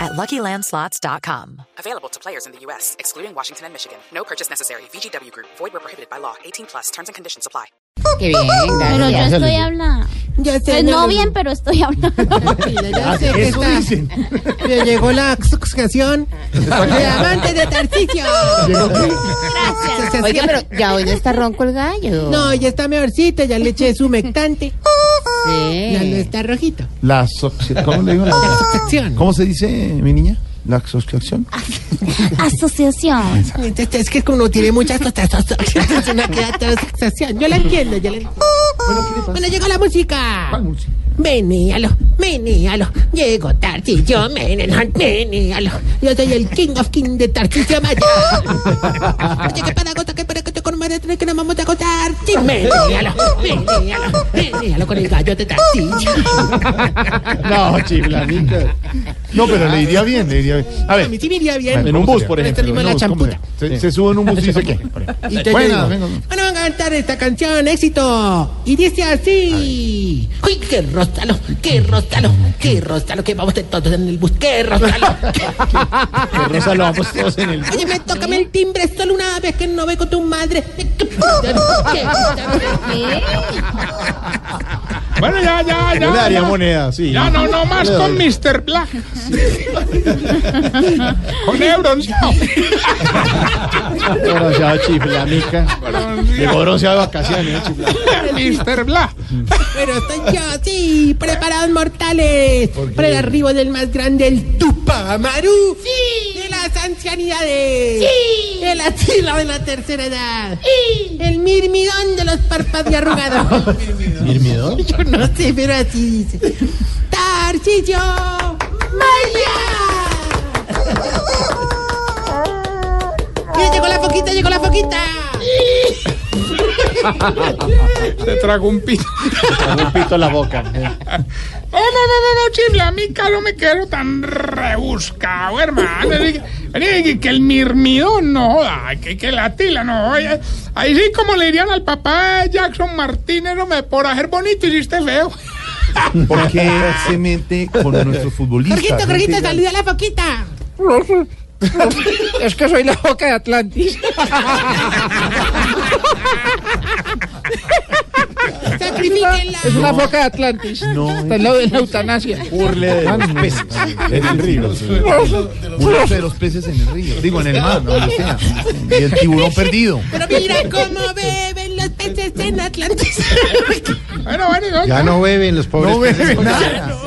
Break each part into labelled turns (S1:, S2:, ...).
S1: at luckylandslots.com.
S2: Available to players in the U.S., excluding Washington and Michigan. No purchase necessary. VGW Group, void were prohibited by law. 18 plus terms and conditions apply.
S3: Qué bien,
S4: Pero yo
S3: gracias.
S4: estoy hablando.
S5: Ya sé,
S4: Pues
S5: ya
S4: no
S5: lo-
S4: bien, pero estoy hablando.
S5: ya sé que está. Le llegó la asociación de amantes de Tarcicio.
S4: Gracias.
S5: Asociación-
S3: Oiga, pero ya hoy no está ronco el gallo.
S5: No, ya está mejorcito, ya le eché su humectante.
S3: Sí.
S5: Ya no está rojito.
S6: La soxi- ¿Cómo le digo? La-
S5: Asociación.
S6: ¿Cómo se dice, mi niña? La asociación.
S4: Asociación.
S5: Entonces, Este, Es que uno tiene muchas asociaciones, una queda toda asociación. Yo la entiendo, yo la entiendo. Bueno, llegó la música. Menéalo, menéalo. Llegó Tarcicio, menéalo, menéalo. Yo soy el king of king de Tarcicio Maya. Oye, que para gota, que para que te con madre tres que nos vamos a acotar. Sí, menéalo, menéalo, menéalo con el gallo de Tarcicio.
S6: No, chiflanita. No, pero le iría bien, le iría bien. este A
S5: A mí
S6: ver,
S5: sí me iría bien.
S6: en un bus, por
S5: Pero
S6: ejemplo.
S5: tenemos
S6: en un
S5: la
S6: bus, ¿cómo
S5: champuta.
S6: es? Se, se sube en un bus y dice qué.
S5: Y te
S6: Buenas,
S5: digo,
S6: vengo.
S5: Bueno, van a cantar esta canción, éxito. Y dice así. Uy, qué róstalo, qué róstalo, qué róstalo, que vamos de todos en el bus, qué róstalo.
S6: Que Rosa lo vamos todos en el bus.
S5: Oye, me toca el timbre solo una vez que no ve con tu madre. Qué róstalo.
S7: Bueno, ya, ya,
S6: Yo le
S7: ya.
S6: daría
S7: Ya,
S6: moneda, sí.
S7: Ya, no, no más
S6: Le
S7: con
S6: doy.
S7: Mr. Black. con Ebron,
S6: Bronceado chiflanica. Llegó bronceado de vacaciones, ¿eh, chiflanica.
S7: Mr. Black.
S5: Pero estoy yo, sí, preparados mortales. Para el arribo del más grande, el Tupamaru. Sí. De las ancianidades. Sí. El asilo de la tercera edad. Sí. El mirmidón de los párpados arrugados.
S6: ¿Mirmidón?
S5: Yo no sé, pero así dice. Tarcillo Maya. Mira, llegó la foquita, llegó la foquita.
S7: Se tragó un pito.
S6: Con un pito en la boca. ¿eh?
S7: Oh, no, no, no, no, chifla. A mí, no me quedo tan rebuscado, hermano. Vení, vení, que el mirmidón no joda. Que, que la tila no joda. Ahí sí, como le dirían al papá Jackson Martínez, no me por hacer bonito hiciste feo.
S6: ¿Por qué se mete con nuestros futbolistas?
S5: Jorgito,
S6: No
S5: Jorgito,
S6: entiendo.
S5: saluda a la foquita.
S7: Es que soy la boca de Atlantis.
S5: Sacrifíquenla.
S7: La boca de Atlantis.
S6: No,
S8: eh.
S7: Está al lado de la eutanasia.
S6: burle de los peces en el río. Burle de los peces en el río. Digo, en el mar, no donde sea. Y el tiburón perdido.
S5: Pero mira cómo beben los peces en Atlantis.
S7: Bueno, bueno, y
S8: Ya
S7: otra.
S8: no beben los pobres.
S6: No bebe nada.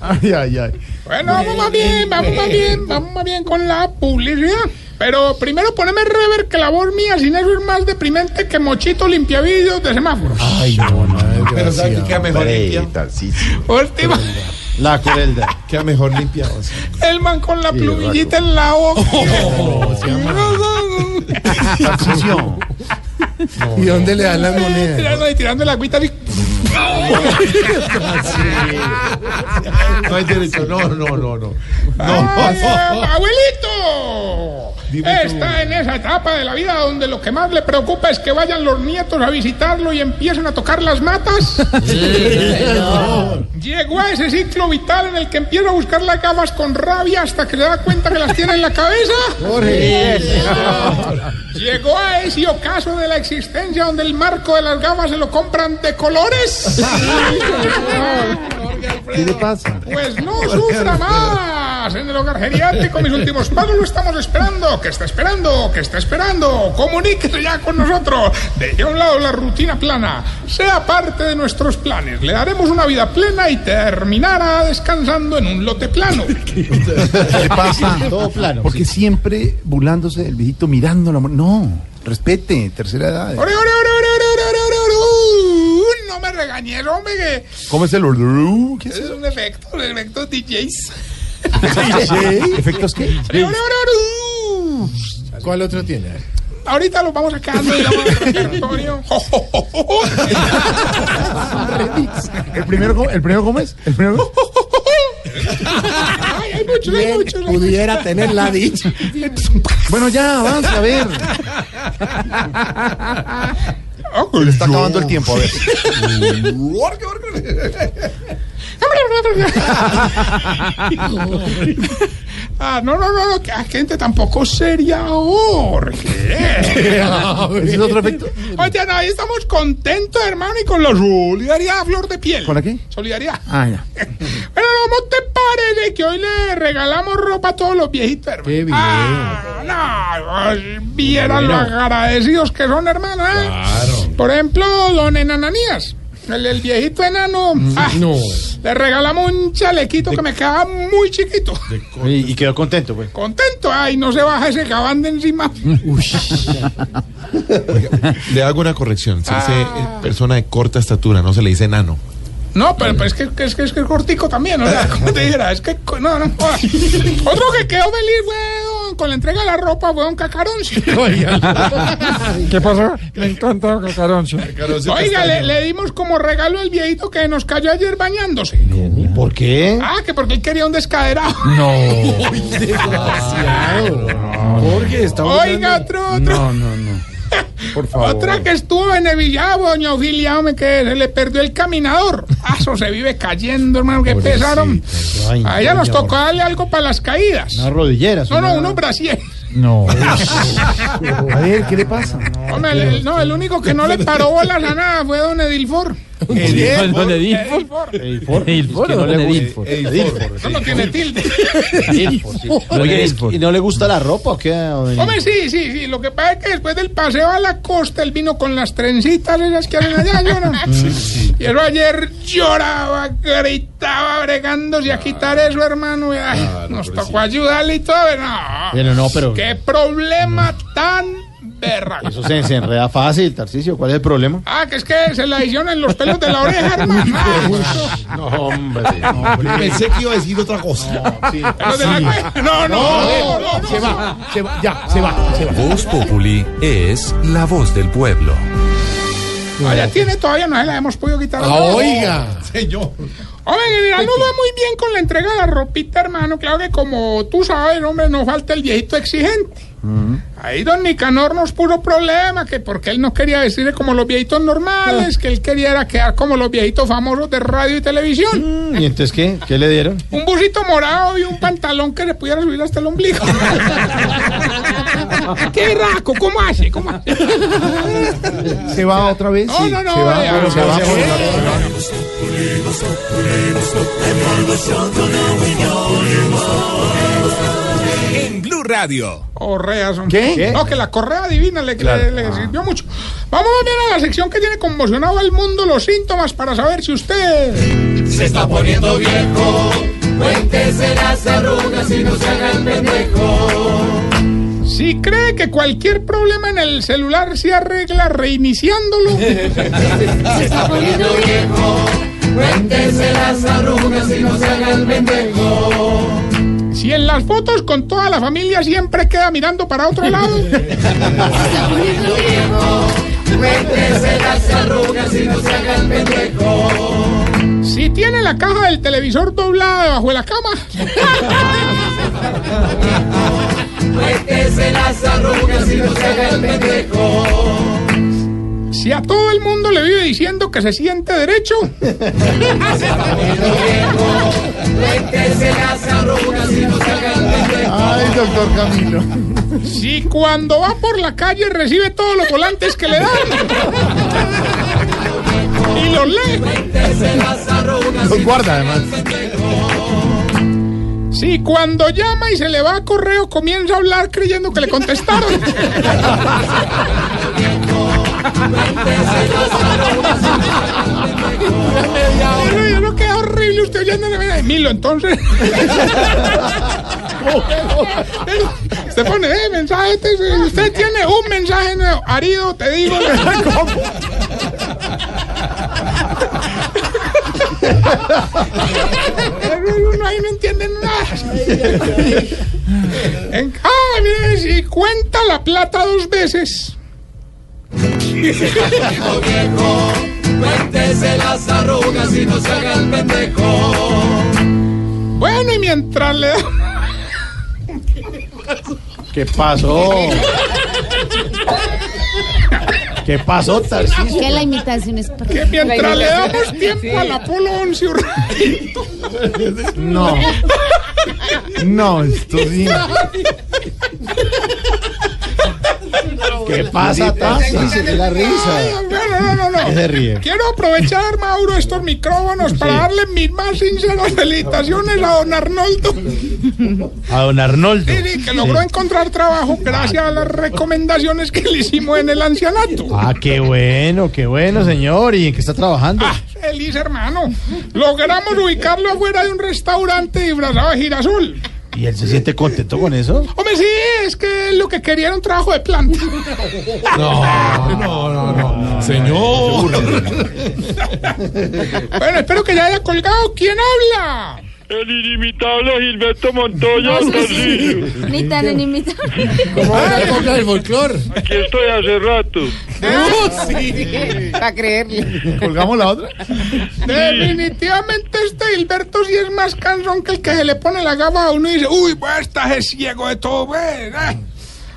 S6: Ay, ay, ay.
S7: Bueno, vamos más bien, vamos más bien, vamos más bien con la publicidad. Pero primero poneme rever que la voz mía sin eso es más deprimente que mochito limpiavidrios de semáforos.
S8: Ah.
S6: Ay, no, no.
S8: Pero ¿sabes qué queda mejor limpiado?
S7: Última,
S6: La crueldad.
S8: Queda mejor limpiado. sí. Oh,
S7: el man con la plumillita en la boca.
S6: Obsesión.
S8: ¿Y dónde le dan las monedas?
S7: tirando, y tirando la agüita así.
S8: No hay derecho. No, no, no, no.
S7: ¡Ay, abuelito! Está en esa etapa de la vida donde lo que más le preocupa es que vayan los nietos a visitarlo y empiecen a tocar las matas. Llegó a ese ciclo vital en el que empieza a buscar las gafas con rabia hasta que se da cuenta que las tiene en la cabeza. Llegó a ese ocaso de la existencia donde el marco de las gafas se lo compran de colores.
S6: ¿Qué le pasa?
S7: Pues no sufra más. En el hogar geriátrico, mis últimos pagos lo estamos esperando. que está esperando? que está esperando? Comuníquese ya con nosotros. Deje a un lado la rutina plana. Sea parte de nuestros planes. Le daremos una vida plena y terminará descansando en un lote plano.
S6: ¿Qué pasa? Todo plano. Porque siempre burlándose del viejito, mirando la mon- No, respete, tercera edad.
S7: ¡Ore, ore, ore, ore, ore, ore, ore, ore, ore! No me regañes, hombre, que
S6: ¿Cómo es el orru? ¿Qué es
S7: es
S6: eso?
S7: un efecto, un efecto DJs.
S6: ¿Efectos qué?
S7: ¡Ore, ore, ore, ore!
S8: ¿Cuál otro tiene?
S7: Ahorita los vamos sacando y vamos a traer, Antonio. Jo, jo, jo, jo, jo.
S6: Ah, ¿El primero, cómo- ¿El primero cómo es? ¿El primero cómo?
S7: Ay, hay muchos, hay muchos. hay muchos.
S9: pudiera tener la dicha.
S6: Bueno, ya, avance, a ver.
S7: Ah,
S6: Está acabando el tiempo, a ver.
S7: Ah, no, no, no, no, que la gente tampoco seria, Jorge.
S6: ¿Ese es otro efecto?
S7: Oye, no, ahí estamos contentos, hermano, y con la solidaridad a flor de piel.
S6: ¿Con la qué?
S7: Solidaridad.
S6: Ah, ya.
S7: Bueno, ¿cómo te parece que hoy le regalamos ropa a todos los viejitos, hermano?
S8: Qué bien.
S7: Ah, no, vieran los agradecidos que son, hermano, ¿eh?
S8: Claro.
S7: Por ejemplo, don Enananías, el, el viejito enano. ah,
S8: Mm, No.
S7: Le regalamos un chalequito que me queda muy chiquito.
S6: Y, y quedó contento, pues.
S7: Contento, ay, no se baja ese cabán de encima.
S8: Mm. Le hago una corrección. Se dice eh, persona de corta estatura, no se le dice enano.
S7: No, pero, pero es, que, que es que es que es cortico también, o sea, como te dijera, es que co- no, no. joda. Otro que quedó feliz, weón, con la entrega de la ropa, weón, cacarón.
S5: ¿Qué pasó? Me encanta Cacaroncio.
S7: Oiga, le, le dimos como regalo el viejito que nos cayó ayer bañándose.
S6: ¿Por qué?
S7: Ah, que porque él quería un descaderado.
S9: Jorge, está
S7: Oiga, otro, otro.
S9: No, no, no. Por favor.
S7: Otra que estuvo en el Villavo, doña Ofilia, hombre, que se le perdió el caminador. Ah, Eso se vive cayendo, hermano, que pesaron.
S6: Ay,
S7: A ella nos
S6: doña
S7: tocó darle algo para las caídas.
S6: Unas rodilleras.
S7: No, no,
S6: una-
S7: unos brasieres.
S6: No. A ver, ¿qué le pasa?
S7: Hombre, el, el- no, el único que no le paró bolas a nada fue don Edilfor.
S10: Don Edilfo.
S7: Edilfor.
S10: Edilfo,
S6: no
S10: don
S6: le gusta.
S10: Edilfo.
S7: Eso no tiene tilde.
S10: Don Edilfo.
S6: ¿Y no le gusta la ropa o qué?
S7: Hombre, sí, sí, sí. Lo que pasa es que después del paseo a la costa, él vino con las trencitas esas que hacen allá, ¿yo no? Y él ayer lloraba, gritaba, bregándose a quitar eso, hermano. y, ay, nos tocó ayudarle y todo. pero No.
S6: Pero no, pero-
S7: Qué problema tan berraco.
S6: se, se enreda fácil, Tarcicio. ¿Cuál es el problema?
S7: Ah, que es que se la hicieron los pelos de la oreja, hermano. Ah,
S6: No, hombre.
S8: Pensé que iba a decir otra cosa.
S7: pelos de la oreja. No, no, no, no, no.
S6: Se va, se va, ya, se va, se va.
S11: Voz Populi es la voz del pueblo.
S7: Allá tiene todavía, no se la hemos podido quitar.
S8: Oiga. Señor.
S7: Hombre, en general no va muy bien con la entrega de la ropita, hermano. Claro que como tú sabes, hombre, no falta el viejito exigente. Ahí don Nicanor nos puso problema, que porque él no quería decirle como los viejitos normales, que él quería era quedar como los viejitos famosos de radio y televisión.
S6: ¿Y entonces qué? ¿Qué le dieron?
S7: Un busito morado y un pantalón que le pudiera subir hasta el ombligo. ¡Qué raco! ¿Cómo hace? ¿Cómo hace?
S6: ¿Se va otra vez?
S7: No, no, no.
S6: Se va,
S7: vea,
S6: pero se va.
S7: vea,
S6: por la-
S7: vea.
S11: En Blue Radio.
S7: Correa son.
S6: ¿Qué? ¿Qué?
S7: No, que la correa divina le, le- le sirvió mucho. Vamos a ver a la sección que tiene conmocionado al mundo los síntomas para saber si usted. Se está poniendo viejo. Cuéntese las arrugas y no se haga el pendejo. Si cree que cualquier problema en el celular se arregla reiniciándolo. si en las fotos con toda la familia siempre queda mirando para otro lado. Si tiene la caja del televisor doblada debajo de la cama. Si a todo el mundo le vive diciendo que se siente derecho.
S6: Ay, doctor Camilo.
S7: Si cuando va por la calle recibe todos los volantes que le dan. Y los lee.
S6: Los guarda, además.
S7: Si cuando llama y se le va a correo comienza a hablar creyendo que le contestaron. Pero yo no queda horrible usted oyéndole mira, Emilio, entonces. Se pone, eh, mensaje, este, usted tiene un mensaje nuevo. Arido, te digo. Pero uno ahí no entiende nada. En, ah, mire, si Si cuenta la plata dos veces.
S12: Cuéntese las arrugas y no se haga el pendejo.
S7: Bueno, y mientras le da-
S9: ¿Qué pasó? ¿Qué pasó, Tarcisio?
S4: Que la imitación es perfecta.
S7: que mientras le damos tiempo al Apolo 11 Urraca-
S6: No. No, esto sí.
S9: ¿Qué pasa, Tarcisio? ¿Qué la risa?
S7: No, no, no, no,
S9: ¿Qué
S7: no.
S9: se ríe?
S7: Quiero aprovechar, Mauro, estos micrófonos para darle mis más sinceras felicitaciones a don Arnoldo.
S10: A don Arnoldo.
S7: Sí, sí, que logró encontrar trabajo gracias a las recomendaciones que le hicimos en el ancianato.
S9: Ah, qué bueno, qué bueno, señor. ¿Y en qué está trabajando?
S7: Ah, Feliz hermano. Logramos ubicarlo afuera de un restaurante disfrazado de girasol.
S9: ¿Y él se siente contento con eso?
S7: Hombre, sí, es que lo que quería era un trabajo de planta.
S8: No, no, no. Señor.
S7: Bueno, espero que ya haya colgado. ¿Quién habla?
S13: El inimitable Gilberto Montoya, Tarcisio.
S4: Ni tan inimitable.
S9: del folclor?
S13: Aquí estoy hace rato.
S3: Para creerle.
S6: ¿Colgamos la otra?
S7: Definitivamente este Gilberto sí es más cansón que el que se le pone la gaba a uno y dice, uy, pues estás es ciego de todo, pues. ah".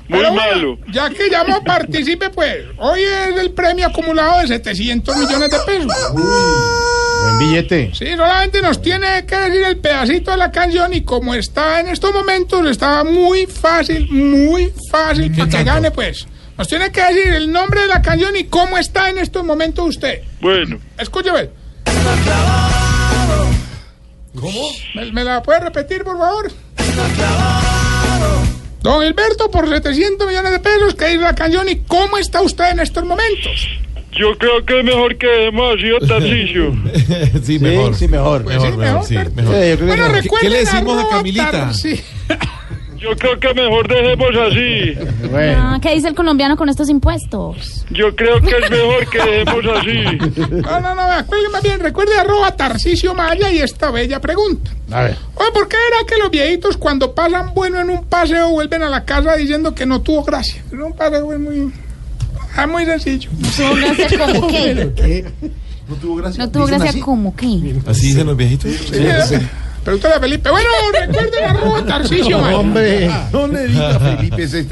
S13: Muy
S7: Pero bueno,
S13: malo.
S7: Ya que llamó, participe, pues. Hoy es el premio acumulado de 700 millones de pesos.
S9: Buen billete.
S7: Sí, solamente nos tiene que decir el pedacito de la canción y como está en estos momentos, está muy fácil, muy fácil para que gane, pues. Nos tiene que decir el nombre de la canción y cómo está en estos momentos usted.
S13: Bueno,
S7: Escúcheme. ¿Cómo? ¿Me, me la puede repetir, por favor? Don Gilberto, por 700 millones de pesos, que dice la canción y cómo está usted en estos momentos.
S13: yo creo que es mejor que dejemos así a Tarcisio.
S9: Sí,
S8: Sí, mejor.
S9: sí, mejor.
S7: Pues sí, mejor,
S8: sí,
S7: Tarcisio.
S8: mejor.
S9: Sí, yo creo que
S7: Bueno,
S9: no.
S7: recuerden
S8: qué le decimos a
S7: arroba
S8: Camilita?
S7: Tarcisio.
S13: Yo creo que mejor dejemos así.
S9: Bueno.
S4: Ah, ¿Qué dice el colombiano con estos impuestos?
S13: Yo creo que es mejor que dejemos así.
S7: No, no, no, acuérdense más bien, recuerde arroba Tarcisio Maya y esta bella pregunta.
S9: A ver.
S7: Oye, ¿por qué era que los viejitos cuando pasan bueno en un paseo vuelven a la casa diciendo que no tuvo gracia? Era un paseo es muy... ah, muy sencillo.
S4: ¿Tuvo gracia como qué?
S6: ¿No tuvo gracia?
S4: ¿No tuvo
S6: Dicen
S4: gracia
S6: así.
S4: como qué?
S8: Así dicen los viejitos.
S7: Pregúntale a Felipe. Bueno, recuerden arroba Tarcisio Maya.
S9: Hombre.
S6: No le diga Felipe ese